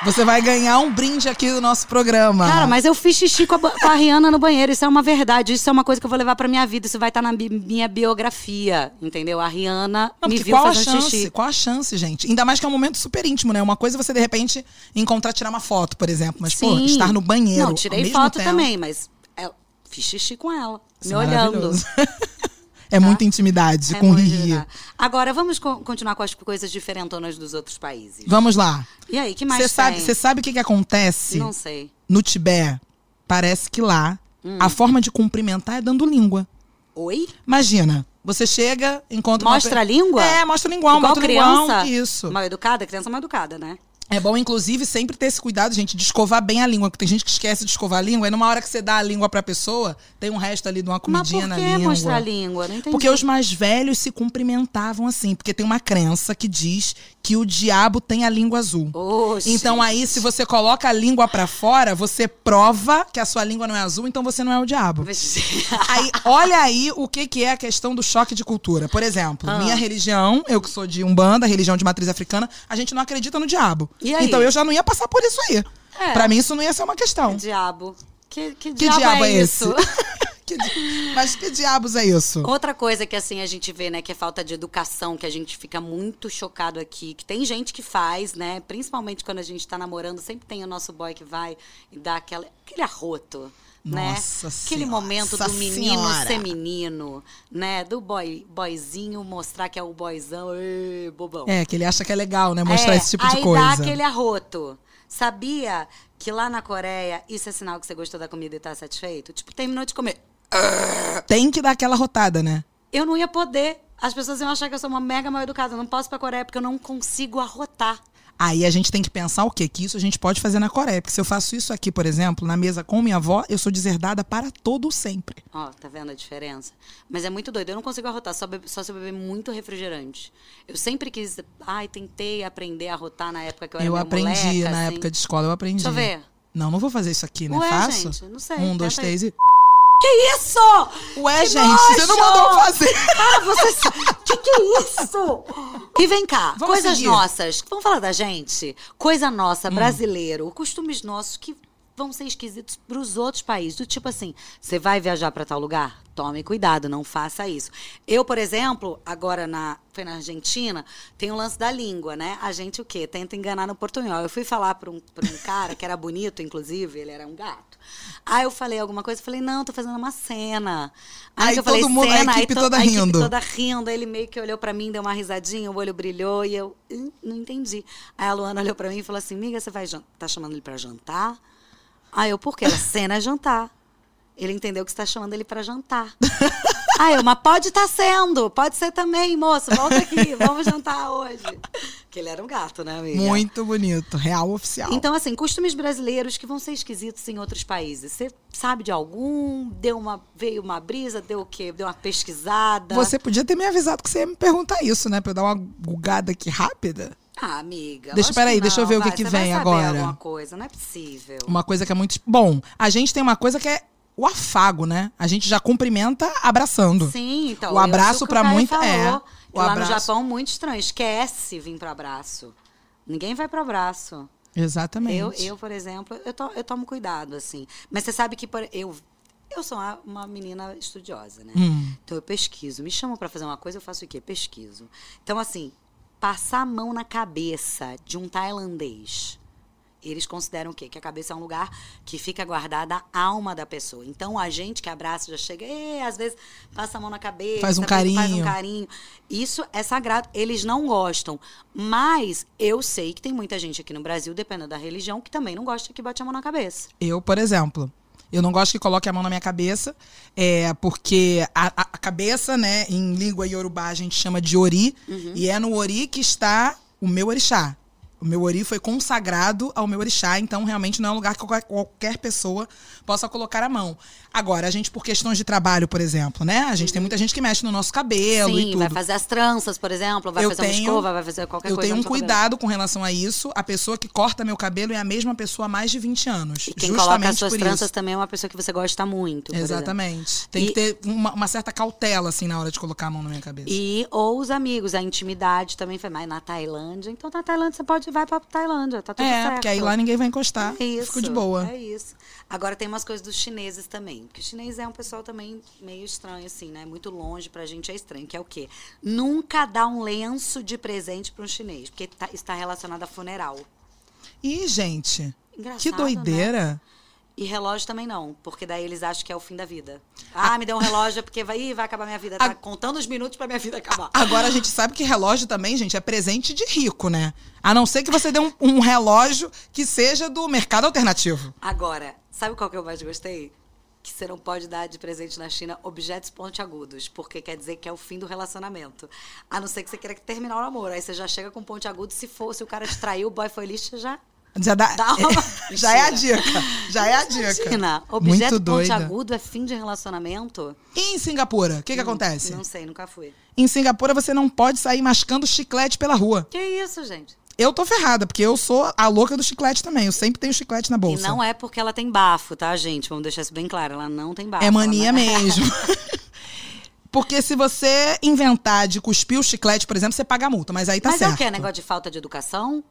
Speaker 2: Você vai ganhar um brinde aqui do nosso programa.
Speaker 1: Cara, mas eu fiz xixi com a, ba- com a Rihanna no banheiro. Isso é uma verdade. Isso é uma coisa que eu vou levar pra minha vida. Isso vai estar na bi- minha biografia, entendeu? A Rihanna
Speaker 2: Não,
Speaker 1: me
Speaker 2: porque
Speaker 1: viu
Speaker 2: qual a
Speaker 1: fazendo
Speaker 2: chance?
Speaker 1: xixi.
Speaker 2: Qual a chance, gente? Ainda mais que é um momento super íntimo, né? Uma coisa é você, de repente, encontrar tirar uma foto, por exemplo. Mas, pô,
Speaker 1: Sim.
Speaker 2: estar no banheiro.
Speaker 1: Não,
Speaker 2: ao
Speaker 1: tirei
Speaker 2: mesmo
Speaker 1: foto
Speaker 2: tempo,
Speaker 1: também, mas eu fiz xixi com ela,
Speaker 2: isso é
Speaker 1: me olhando. Tá.
Speaker 2: maravilhoso. é muita intimidade
Speaker 1: É
Speaker 2: com o
Speaker 1: muito
Speaker 2: Riri.
Speaker 1: legal. Agora, vamos co- continuar com as coisas diferentonas dos outros países.
Speaker 2: Vamos lá.
Speaker 1: E aí, que mais
Speaker 2: Você sabe,
Speaker 1: tem?
Speaker 2: você sabe o que, que acontece
Speaker 1: Não sei.
Speaker 2: no Tibete?
Speaker 1: Hum.
Speaker 2: Parece que lá a forma de cumprimentar é dando língua.
Speaker 1: Oi?
Speaker 2: Imagina, Você chega, encontra uma
Speaker 1: Mostra
Speaker 2: pe-
Speaker 1: a língua?
Speaker 2: É, mostra o lingual,
Speaker 1: Igual
Speaker 2: mostra o lingual.
Speaker 1: criança.
Speaker 2: Isso.
Speaker 1: Mal educada, criança mal educada, né?
Speaker 2: É bom, inclusive, sempre ter esse cuidado, gente, de escovar bem a língua. Porque tem gente que esquece de escovar a língua. E numa hora que você dá a língua pra pessoa, tem um resto ali de uma
Speaker 1: Mas por
Speaker 2: comidinha
Speaker 1: que
Speaker 2: na língua.
Speaker 1: mostrar a língua? Não entendi.
Speaker 2: Porque os mais velhos se cumprimentavam assim. Porque tem uma crença que diz que o diabo tem a língua azul.
Speaker 1: Oxe.
Speaker 2: Então aí, se você coloca a língua pra fora, você prova que a sua língua não é azul, então você não é o diabo. Aí, olha aí o que, que é a questão do choque de cultura. Por exemplo,
Speaker 1: Ah.
Speaker 2: minha religião, eu que sou de Umbanda, religião de matriz africana, a gente não acredita no diabo.
Speaker 1: E aí?
Speaker 2: Então eu já não ia passar por isso aí.
Speaker 1: É.
Speaker 2: Pra mim isso não ia ser uma questão.
Speaker 1: Diabo. Que, que,
Speaker 2: Que
Speaker 1: diabo, é,
Speaker 2: esse?
Speaker 1: isso?
Speaker 2: Que di- Mas que diabos é isso?
Speaker 1: Outra coisa que assim a gente vê, né, que é falta de educação, que a gente fica muito chocado aqui, que tem gente que faz, né, principalmente quando a gente tá namorando, sempre tem o nosso boy que vai e dá aquela, aquele arroto. Né?
Speaker 2: Nossa
Speaker 1: Aquele
Speaker 2: Senhora.
Speaker 1: momento do
Speaker 2: Nossa
Speaker 1: menino
Speaker 2: Senhora.
Speaker 1: ser menino, né? Do boy, boyzinho mostrar que é o boyzão, ê, bobão.
Speaker 2: É, que ele acha que é legal, né? Mostrar
Speaker 1: É,
Speaker 2: esse tipo de
Speaker 1: aí
Speaker 2: coisa.
Speaker 1: dá aquele arroto. Sabia que lá na Coreia isso é sinal que você gostou da comida e tá satisfeito? Tipo, terminou de comer.
Speaker 2: Tem que dar aquela rotada, né?
Speaker 1: Eu não ia poder. As pessoas iam achar que eu sou uma mega mal educada. Eu não posso ir pra Coreia porque eu não consigo arrotar.
Speaker 2: Aí a gente tem que pensar o quê? Que isso a gente pode fazer na Coreia. Porque se eu faço isso aqui, por exemplo, na mesa com minha avó, eu sou deserdada para todo sempre.
Speaker 1: Ó, tá vendo a diferença? Mas é muito doido. Eu não consigo arrotar, só, bebe- só se eu beber muito refrigerante. Eu sempre quis. Ai, tentei aprender a arrotar na época que eu era
Speaker 2: Eu
Speaker 1: meio
Speaker 2: aprendi
Speaker 1: moleca,
Speaker 2: na
Speaker 1: assim.
Speaker 2: época de escola, eu aprendi.
Speaker 1: Deixa eu ver.
Speaker 2: Não, não vou fazer isso aqui, né?
Speaker 1: Ué,
Speaker 2: Faço?
Speaker 1: gente, não sei.
Speaker 2: Um, dois,
Speaker 1: Tenta aí.
Speaker 2: três e.
Speaker 1: Que isso?
Speaker 2: Ué,
Speaker 1: Que
Speaker 2: gente, você não
Speaker 1: nojo!
Speaker 2: mandou eu fazer.
Speaker 1: Cara, vocês. que que é isso? E vem cá,
Speaker 2: Vamos
Speaker 1: coisas
Speaker 2: seguir. Hum.
Speaker 1: nossas. Vamos falar da gente? Coisa nossa, brasileiro, costumes nossos que vão ser esquisitos pros outros países. Do tipo assim, você vai viajar pra tal lugar? Tome cuidado, não faça isso. Eu, por exemplo, agora na foi na Argentina, tem o lance da língua, né? A gente o quê? Tenta enganar no portunhol. Eu fui falar pra um, pra um cara que era bonito, inclusive, ele era um gato. Aí eu falei alguma coisa, falei, não, tô fazendo uma cena. Aí,
Speaker 2: Aí
Speaker 1: que eu falei,
Speaker 2: todo mundo- a
Speaker 1: cena, aí
Speaker 2: equipe
Speaker 1: to-
Speaker 2: toda
Speaker 1: a equipe
Speaker 2: rindo.
Speaker 1: toda toda rindo, ele meio que olhou pra mim, deu uma risadinha, o olho brilhou e eu "Hum, não entendi. Aí a Luana olhou pra mim e falou assim: "Miga, você vai jan- tá chamando ele pra jantar?" Aí eu, por quê? Ela, cena é jantar. Ele entendeu que você tá chamando ele pra jantar. Aí eu, mas pode estar sendo, pode ser também, moço, volta aqui, vamos jantar hoje. Porque ele era um gato, né, amiga?
Speaker 2: Muito bonito. Real oficial.
Speaker 1: Então, assim, costumes brasileiros que vão ser esquisitos em outros países. Você sabe de algum? Deu uma, veio uma brisa, deu o quê? Deu uma pesquisada?
Speaker 2: Você podia ter me avisado que você ia me perguntar isso, né? Pra eu dar uma gugada aqui rápida.
Speaker 1: Ah, amiga.
Speaker 2: Deixa-
Speaker 1: lógico
Speaker 2: peraí,
Speaker 1: que
Speaker 2: deixa eu
Speaker 1: não,
Speaker 2: ver o
Speaker 1: vai,
Speaker 2: que que
Speaker 1: você
Speaker 2: vem
Speaker 1: vai saber
Speaker 2: agora.
Speaker 1: alguma coisa, não é possível.
Speaker 2: Uma coisa que é muito. Bom, a gente tem uma coisa que é o afago, né? A gente já cumprimenta abraçando.
Speaker 1: Sim, então.
Speaker 2: O abraço pra muito-
Speaker 1: muita
Speaker 2: é,
Speaker 1: Falou,
Speaker 2: o
Speaker 1: que lá
Speaker 2: abraço.
Speaker 1: no Japão, muito estranho. Esquece vir pro abraço. Ninguém vai pro abraço.
Speaker 2: Exatamente.
Speaker 1: Eu, eu, por exemplo, eu, to- eu tomo cuidado, assim. Mas você sabe que por- eu, eu sou uma, uma menina estudiosa,
Speaker 2: Hum.
Speaker 1: né? Então eu pesquiso. Me chamam pra fazer uma coisa, eu faço o quê? Pesquiso. Então, assim, passar a mão na cabeça de um tailandês. Eles consideram o quê? Que a cabeça é um lugar que fica guardada a alma da pessoa. Então, a gente que abraça já chega, e, às vezes passa a mão na cabeça.
Speaker 2: Faz um
Speaker 1: Faz um
Speaker 2: carinho.
Speaker 1: carinho. Isso é sagrado. Eles não gostam. Mas eu sei que tem muita gente aqui no Brasil, dependendo da religião, que também não gosta que bate a mão na cabeça.
Speaker 2: Eu, por exemplo, eu não gosto que coloque a mão na minha cabeça, é porque a, a- a cabeça, né, em língua iorubá a gente chama de ori,
Speaker 1: Uhum.
Speaker 2: e é no ori que está o meu orixá. O meu ori foi consagrado ao meu orixá, então realmente não é um lugar que qualquer- qualquer pessoa possa colocar a mão. Agora, a gente, por questões de trabalho, por exemplo, né? A gente tem muita gente que mexe no nosso cabelo É, e
Speaker 1: Uhum. Sim,
Speaker 2: tudo
Speaker 1: vai fazer as tranças, por exemplo, vai fazer uma escova, vai fazer qualquer
Speaker 2: eu
Speaker 1: coisa.
Speaker 2: tenho
Speaker 1: no
Speaker 2: um
Speaker 1: seu cabelo.
Speaker 2: cuidado com relação a isso. A pessoa que corta meu cabelo é a mesma pessoa há mais de 20 anos.
Speaker 1: E quem
Speaker 2: justamente
Speaker 1: coloca as suas
Speaker 2: por
Speaker 1: tranças
Speaker 2: isso.
Speaker 1: também é uma pessoa que você gosta muito. por exemplo.
Speaker 2: Exatamente. Tem
Speaker 1: E-
Speaker 2: que ter uma, uma certa cautela, assim, na hora de colocar a mão na minha cabeça.
Speaker 1: E ou os amigos, a intimidade também foi mais na Tailândia. Então na Tailândia você pode vai pra Tailândia, tá tudo
Speaker 2: é,
Speaker 1: certo.
Speaker 2: porque aí lá ninguém vai encostar.
Speaker 1: É isso.
Speaker 2: Fico de boa.
Speaker 1: É isso. Agora tem umas coisas dos chineses também. Porque o chinês é um pessoal também meio estranho, assim, né? Muito longe pra gente é estranho. Que é o quê? Nunca dá um lenço de presente pra um chinês. Porque tá- está relacionado a funeral.
Speaker 2: Ih, gente,
Speaker 1: Engraçado, né?
Speaker 2: que doideira.
Speaker 1: E relógio também não. Porque daí eles acham que é o fim da vida. Ah, me deu um relógio é porque vai, ih, vai acabar minha vida. Tá
Speaker 2: A-
Speaker 1: contando os minutos pra minha vida acabar.
Speaker 2: Agora a gente sabe que relógio também, gente, é presente de rico, né? A não ser que você dê um, um relógio que seja do mercado alternativo.
Speaker 1: Agora, sabe qual que eu mais gostei? que você não pode dar de presente na China objetos pontiagudos, porque quer dizer que é o fim do relacionamento. A não ser que você queira terminar o namoro. Aí você já chega com um pontiagudo, se for, se o cara te traiu, o boy foi lixo, já
Speaker 2: Já, dá,
Speaker 1: Dá uma-
Speaker 2: já é a
Speaker 1: Mentira.
Speaker 2: dica. Já é a dica.
Speaker 1: Imagina,
Speaker 2: Muito
Speaker 1: objeto
Speaker 2: doida.
Speaker 1: pontiagudo é fim de relacionamento?
Speaker 2: E em Singapura, o que, que acontece?
Speaker 1: Não sei, nunca fui.
Speaker 2: Em Singapura, você não pode sair mascando chiclete pela rua.
Speaker 1: Que isso, gente?
Speaker 2: Eu tô ferrada, porque eu sou a louca do chiclete também. Eu sempre tenho chiclete na
Speaker 1: E
Speaker 2: bolsa.
Speaker 1: não é porque ela tem bafo, tá, gente? Vamos deixar isso bem claro. Ela não tem bafo.
Speaker 2: É mania
Speaker 1: ela não-
Speaker 2: mesmo. Porque se você inventar de cuspir o chiclete, por exemplo, você paga a multa, mas aí tá
Speaker 1: Mas
Speaker 2: certo.
Speaker 1: é o quê? Negócio de falta de educação?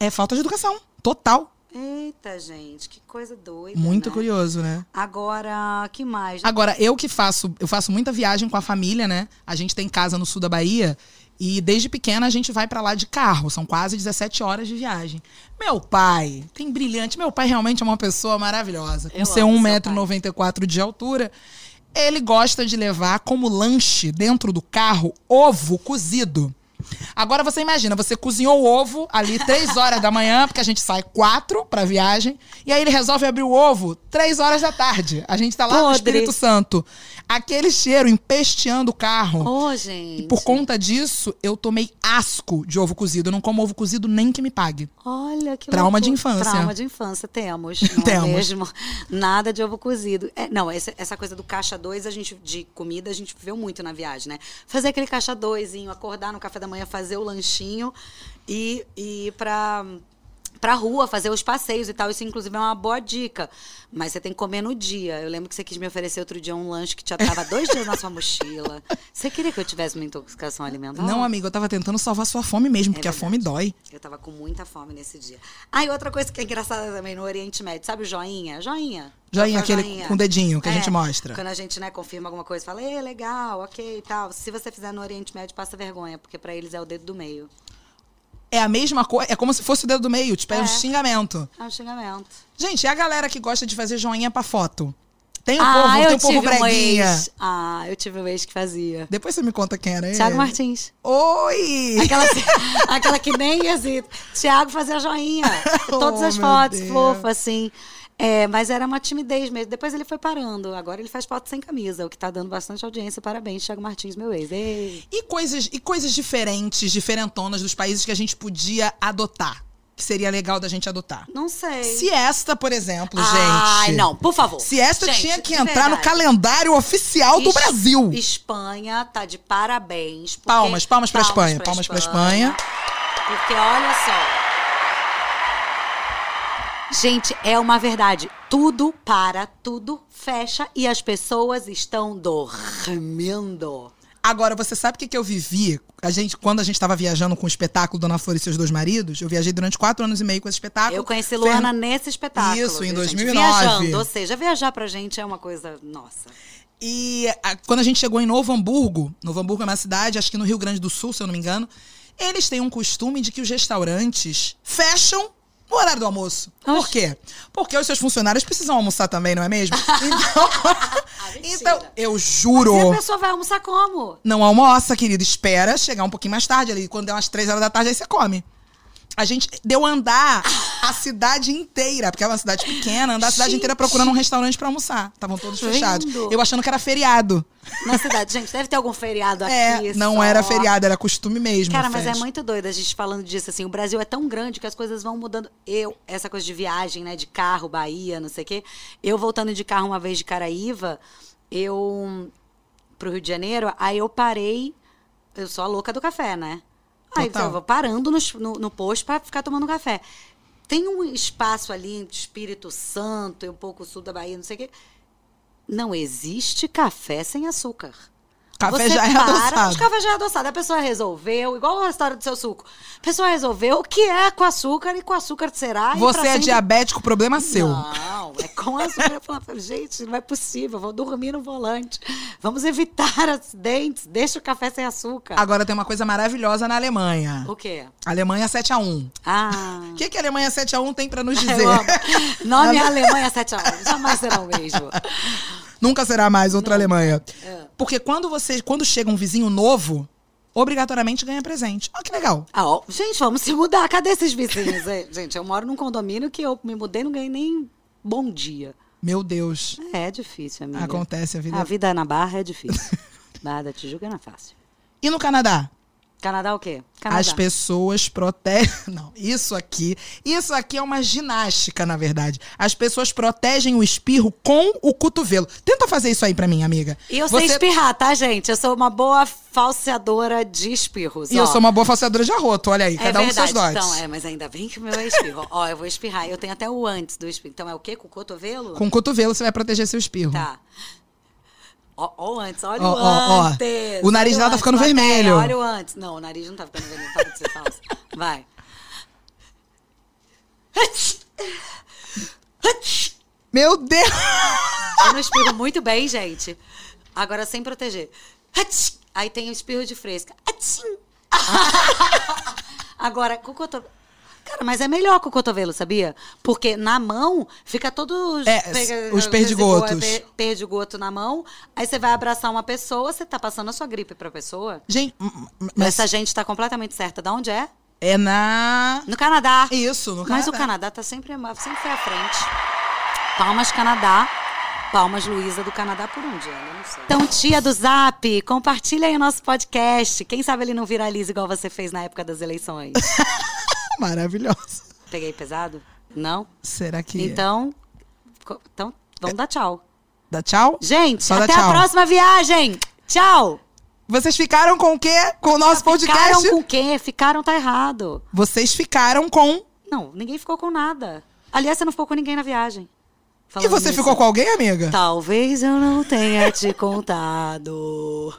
Speaker 2: É falta de educação, total.
Speaker 1: Eita, gente, que coisa doida.
Speaker 2: Muito
Speaker 1: né?
Speaker 2: curioso, né?
Speaker 1: Agora, que mais? né?
Speaker 2: Agora, eu que faço, eu faço muita viagem com a família, né? A gente tem casa no sul da Bahia e desde pequena a gente vai pra lá de carro, são quase 17 horas de viagem. Meu pai, tem brilhante, meu pai realmente é uma pessoa maravilhosa, com um
Speaker 1: Eu
Speaker 2: seu
Speaker 1: amo seu
Speaker 2: 1,94m de altura. Ele gosta de levar como lanche dentro do carro ovo cozido. Agora você imagina, você cozinhou o ovo ali três horas da manhã, porque a gente sai quatro pra viagem, e aí ele resolve abrir o ovo três horas da tarde. A gente tá lá no
Speaker 1: Podre.
Speaker 2: Espírito Santo. Aquele cheiro empesteando o carro.
Speaker 1: Ô,
Speaker 2: E
Speaker 1: Oh, gente.
Speaker 2: por conta disso, eu tomei asco de ovo cozido. Eu não como ovo cozido nem que me pague.
Speaker 1: Olha que
Speaker 2: Trauma
Speaker 1: loucura.
Speaker 2: de infância.
Speaker 1: Trauma de infância, temos. Não
Speaker 2: Temos.
Speaker 1: É mesmo? Nada de ovo cozido. É, não, essa, essa coisa do caixa 2 a gente, de comida, a gente viveu muito na viagem, né? Fazer aquele caixa 2, acordar no café da manhã, fazer o lanchinho e, e ir pra, pra rua, fazer os passeios e tal. Isso, inclusive, é uma boa dica. Mas você tem que comer no dia. Eu lembro que você quis me oferecer outro dia um lanche que já tava dois dias na sua mochila. Você queria que eu tivesse uma intoxicação alimentar?
Speaker 2: Não, amiga, eu tava tentando salvar sua fome
Speaker 1: É
Speaker 2: mesmo, porque a fome dói.
Speaker 1: Eu tava com muita fome nesse dia. Ah, e outra coisa que é engraçada também no Oriente Médio, sabe o joinha? Joinha.
Speaker 2: Joinha,
Speaker 1: Só
Speaker 2: aquele com o dedinho que a gente mostra.
Speaker 1: Quando a gente, né, confirma alguma coisa, fala, "Ê, legal, ok e tal. Se você fizer no Oriente Médio, passa vergonha, porque pra eles é o dedo do meio.
Speaker 2: É a mesma coisa, é como se fosse o dedo do meio, tipo, é um
Speaker 1: É.
Speaker 2: xingamento.
Speaker 1: É um xingamento.
Speaker 2: Gente, e a galera que gosta de fazer joinha pra foto? Tem o
Speaker 1: ah,
Speaker 2: povo,
Speaker 1: eu
Speaker 2: tem o povo
Speaker 1: tive um
Speaker 2: breguinha.
Speaker 1: ex. Ah, eu tive um ex que fazia.
Speaker 2: Depois você me conta quem era
Speaker 1: Tiago
Speaker 2: ele.
Speaker 1: Martins.
Speaker 2: Oi!
Speaker 1: Aquela, aquela que nem hesita. Tiago fazia joinha. Todas
Speaker 2: Oh,
Speaker 1: as
Speaker 2: meu
Speaker 1: fotos,
Speaker 2: Deus.
Speaker 1: fofa, assim. É, mas era uma timidez mesmo. Depois ele foi parando. Agora ele faz foto sem camisa, o que tá dando bastante audiência. Parabéns, Tiago Martins, meu ex. Ei.
Speaker 2: E coisas, e coisas diferentes, diferentonas dos países que a gente podia adotar. Que seria legal da gente adotar.
Speaker 1: Não sei.
Speaker 2: Siesta, por exemplo,
Speaker 1: Ai,
Speaker 2: é- gente.
Speaker 1: não, por favor.
Speaker 2: Siesta
Speaker 1: Gente,
Speaker 2: tinha que
Speaker 1: de
Speaker 2: entrar no
Speaker 1: verdade.
Speaker 2: calendário oficial do
Speaker 1: Es-
Speaker 2: Brasil.
Speaker 1: Espanha tá de parabéns. porque-
Speaker 2: Palmas, palmas pra Espanha, palmas pra Espanha.
Speaker 1: Porque olha só. Gente, é uma verdade. Tudo para, tudo fecha e as pessoas estão dormindo.
Speaker 2: Agora, você sabe o que, que eu vivi? A gente, quando a gente estava viajando com o espetáculo Dona Flor e seus dois maridos, eu viajei durante quatro anos e meio com esse espetáculo.
Speaker 1: Eu conheci
Speaker 2: Fern-
Speaker 1: Luana nesse espetáculo.
Speaker 2: Ah, Isso, em
Speaker 1: viu, gente?
Speaker 2: 2009.
Speaker 1: Viajando, ou seja, viajar pra gente é uma coisa nossa.
Speaker 2: E a- quando a gente chegou em Novo Hamburgo, Novo Hamburgo é uma cidade, acho que no Rio Grande do Sul, se eu não me engano, eles têm um costume de que os restaurantes fecham no horário do almoço. Por
Speaker 1: Oxe.
Speaker 2: quê? Porque os seus funcionários precisam almoçar também, não é mesmo? Então,
Speaker 1: Ah, mentira.
Speaker 2: então eu juro.
Speaker 1: E a pessoa vai almoçar como?
Speaker 2: Não almoça, querido. Espera chegar um pouquinho mais tarde ali. Quando der umas três horas da tarde, aí você come. A gente deu andar a cidade inteira, porque é uma cidade pequena, andar a cidade
Speaker 1: Gente.
Speaker 2: inteira procurando um restaurante pra almoçar. Estavam todos
Speaker 1: Tá
Speaker 2: fechados.
Speaker 1: vendo?
Speaker 2: Eu achando que era feriado.
Speaker 1: Na cidade, gente, deve ter algum feriado aqui.
Speaker 2: é, não
Speaker 1: só.
Speaker 2: era feriado, era costume mesmo.
Speaker 1: Cara, mas é
Speaker 2: festa.
Speaker 1: muito doido a gente falando disso, assim. O Brasil é tão grande que as coisas vão mudando. Eu, essa coisa de viagem, né? De carro, Bahia, não sei o quê. Eu voltando de carro uma vez de Caraíva, eu. pro Rio de Janeiro, aí eu parei. Eu sou a louca do café, né? Aí eu
Speaker 2: Total.
Speaker 1: tava parando nos- no, no posto pra ficar tomando café. Tem um espaço ali entre Espírito Santo e um pouco sul da Bahia, não sei o quê. Não existe café sem açúcar.
Speaker 2: Café
Speaker 1: Você
Speaker 2: já é
Speaker 1: para,
Speaker 2: adoçado.
Speaker 1: Os cafés já é adoçado. A pessoa resolveu, igual a história do seu suco. A pessoa resolveu que é com açúcar e com açúcar será. e pra
Speaker 2: Você é
Speaker 1: sempre-
Speaker 2: diabético, problema seu.
Speaker 1: Não, é com açúcar. Eu falava, gente, não é possível, vou dormir no volante. Vamos evitar acidentes, deixa o café sem açúcar.
Speaker 2: Agora tem uma coisa maravilhosa na Alemanha.
Speaker 1: O quê?
Speaker 2: Alemanha 7x1.
Speaker 1: Ah.
Speaker 2: O que, que a Alemanha 7x1 tem pra nos dizer?
Speaker 1: Eu amo. Nome
Speaker 2: Na-
Speaker 1: Alemanha 7 a 1. Jamais será o mesmo.
Speaker 2: Nunca será mais outra Alemanha.
Speaker 1: É.
Speaker 2: Porque quando você, quando chega um vizinho novo, obrigatoriamente ganha presente. Ó, que legal.
Speaker 1: Ah, ó, gente, vamos se mudar. Cadê esses vizinhos? hein? gente, eu moro num condomínio que eu me mudei e não ganhei nem bom dia.
Speaker 2: Meu Deus.
Speaker 1: É difícil, amiga.
Speaker 2: Acontece a vida.
Speaker 1: A vida na barra é difícil. barra da Tijuca não é fácil.
Speaker 2: E no Canadá?
Speaker 1: Canadá o quê? Canadá.
Speaker 2: As pessoas protegem. Não, isso aqui. Isso aqui é uma ginástica, na verdade. As pessoas protegem o espirro com o cotovelo. Tenta fazer isso aí pra mim, amiga.
Speaker 1: E eu sei
Speaker 2: Você-
Speaker 1: espirrar, tá, gente? Eu sou uma boa falseadora de espirros.
Speaker 2: E
Speaker 1: ó.
Speaker 2: eu sou uma boa falseadora de arroto, olha aí.
Speaker 1: É
Speaker 2: cada um com seus
Speaker 1: verdade,
Speaker 2: dotes.
Speaker 1: então, é, mas ainda bem que o meu é espirro. Ó, eu vou espirrar. Eu tenho até o antes do espirro. Então é o quê? Com o cotovelo?
Speaker 2: Com o cotovelo você vai proteger seu espirro.
Speaker 1: Tá. Ó, ó o antes, olha
Speaker 2: Ó,
Speaker 1: o
Speaker 2: ó, ó.
Speaker 1: antes.
Speaker 2: O nariz
Speaker 1: olha
Speaker 2: dela tá
Speaker 1: antes,
Speaker 2: ficando
Speaker 1: plateia,
Speaker 2: vermelho.
Speaker 1: Olha o antes. Não, o nariz não tá ficando vermelho, para de ser falso. Vai.
Speaker 2: Meu Deus!
Speaker 1: Eu não espirro muito bem, gente. Agora sem proteger. Aí tem o espirro de fresca. hum. Agora, com o cotovelo. Cara, mas é melhor com o cotovelo, sabia? Porque na mão fica todos
Speaker 2: É,
Speaker 1: eh,
Speaker 2: os perdigotos.
Speaker 1: per- eh, Perdigoto na mão. Aí você vai abraçar uma pessoa, você tá passando a sua gripe pra pessoa.
Speaker 2: Gente, m- m-
Speaker 1: Mas
Speaker 2: mas
Speaker 1: essa gente tá completamente certa. Da onde é?
Speaker 2: é na.
Speaker 1: No Canadá.
Speaker 2: Isso, no
Speaker 1: Mas
Speaker 2: Canadá.
Speaker 1: o Canadá tá sempre, sempre foi à frente. Palmas Canadá. Palmas Luísa do Canadá por um dia, eu não sei. Então, tia do Zap, compartilha aí o nosso podcast. Quem sabe ele não viraliza igual você fez na época das eleições. é
Speaker 2: Maravilhosa.
Speaker 1: Peguei pesado? Não?
Speaker 2: Será que. é?
Speaker 1: Então, co- então, vamos dar tchau.
Speaker 2: Dá tchau?
Speaker 1: Gente,
Speaker 2: Só dá
Speaker 1: até
Speaker 2: tchau.
Speaker 1: a próxima viagem. Tchau.
Speaker 2: Vocês ficaram com o quê? Com o nosso podcast?
Speaker 1: Ficaram com o quê? Ficaram, tá errado.
Speaker 2: Vocês ficaram com.
Speaker 1: Não, ninguém ficou com nada. Aliás, você não ficou com ninguém na viagem.
Speaker 2: E você ficou com alguém,
Speaker 1: Tá.
Speaker 2: amiga?
Speaker 1: Talvez eu não tenha te contado.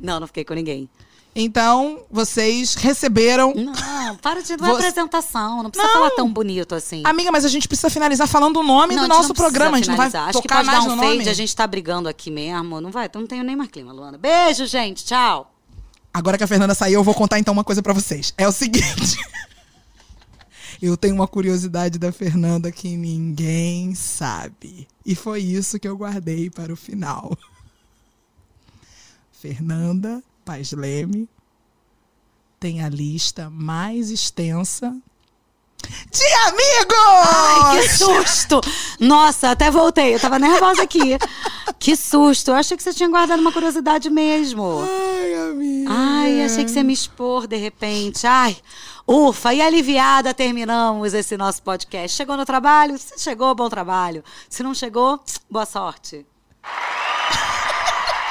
Speaker 1: Não, não fiquei com ninguém.
Speaker 2: Então, vocês receberam.
Speaker 1: Hum. Não, para de não é
Speaker 2: Você-
Speaker 1: apresentação. Não precisa falar tão bonito assim.
Speaker 2: Amiga, mas a gente precisa finalizar falando o nome
Speaker 1: Não,
Speaker 2: do
Speaker 1: a gente
Speaker 2: nosso
Speaker 1: não precisa
Speaker 2: programa. A gente não vai
Speaker 1: finalizar.
Speaker 2: tocar
Speaker 1: Acho que pode
Speaker 2: mais
Speaker 1: dar um
Speaker 2: no
Speaker 1: fade,
Speaker 2: nome.
Speaker 1: a gente tá brigando aqui mesmo. Não vai, então não tenho nem mais clima, Luana. Beijo, gente. Tchau.
Speaker 2: Agora que a Fernanda saiu, eu vou contar então uma coisa pra vocês. É o seguinte. Eu tenho uma curiosidade da Fernanda que ninguém sabe. E foi isso que eu guardei para o final. Fernanda Paz Leme tem a lista mais extensa de amigos!
Speaker 1: Ai, que susto! Nossa, até voltei. Eu tava nervosa aqui. Que susto. Eu achei que você tinha guardado uma curiosidade mesmo.
Speaker 2: Ai, amiga.
Speaker 1: Ai, achei que você ia me expor de repente. Ai, ufa, e aliviada terminamos esse nosso podcast. Chegou no trabalho? Se chegou, bom trabalho. Se não chegou, boa sorte.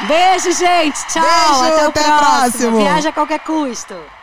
Speaker 1: Beijo, gente. Tchau.
Speaker 2: Beijo,
Speaker 1: até o
Speaker 2: até a
Speaker 1: próximo.
Speaker 2: próxima.
Speaker 1: Viaja a qualquer custo.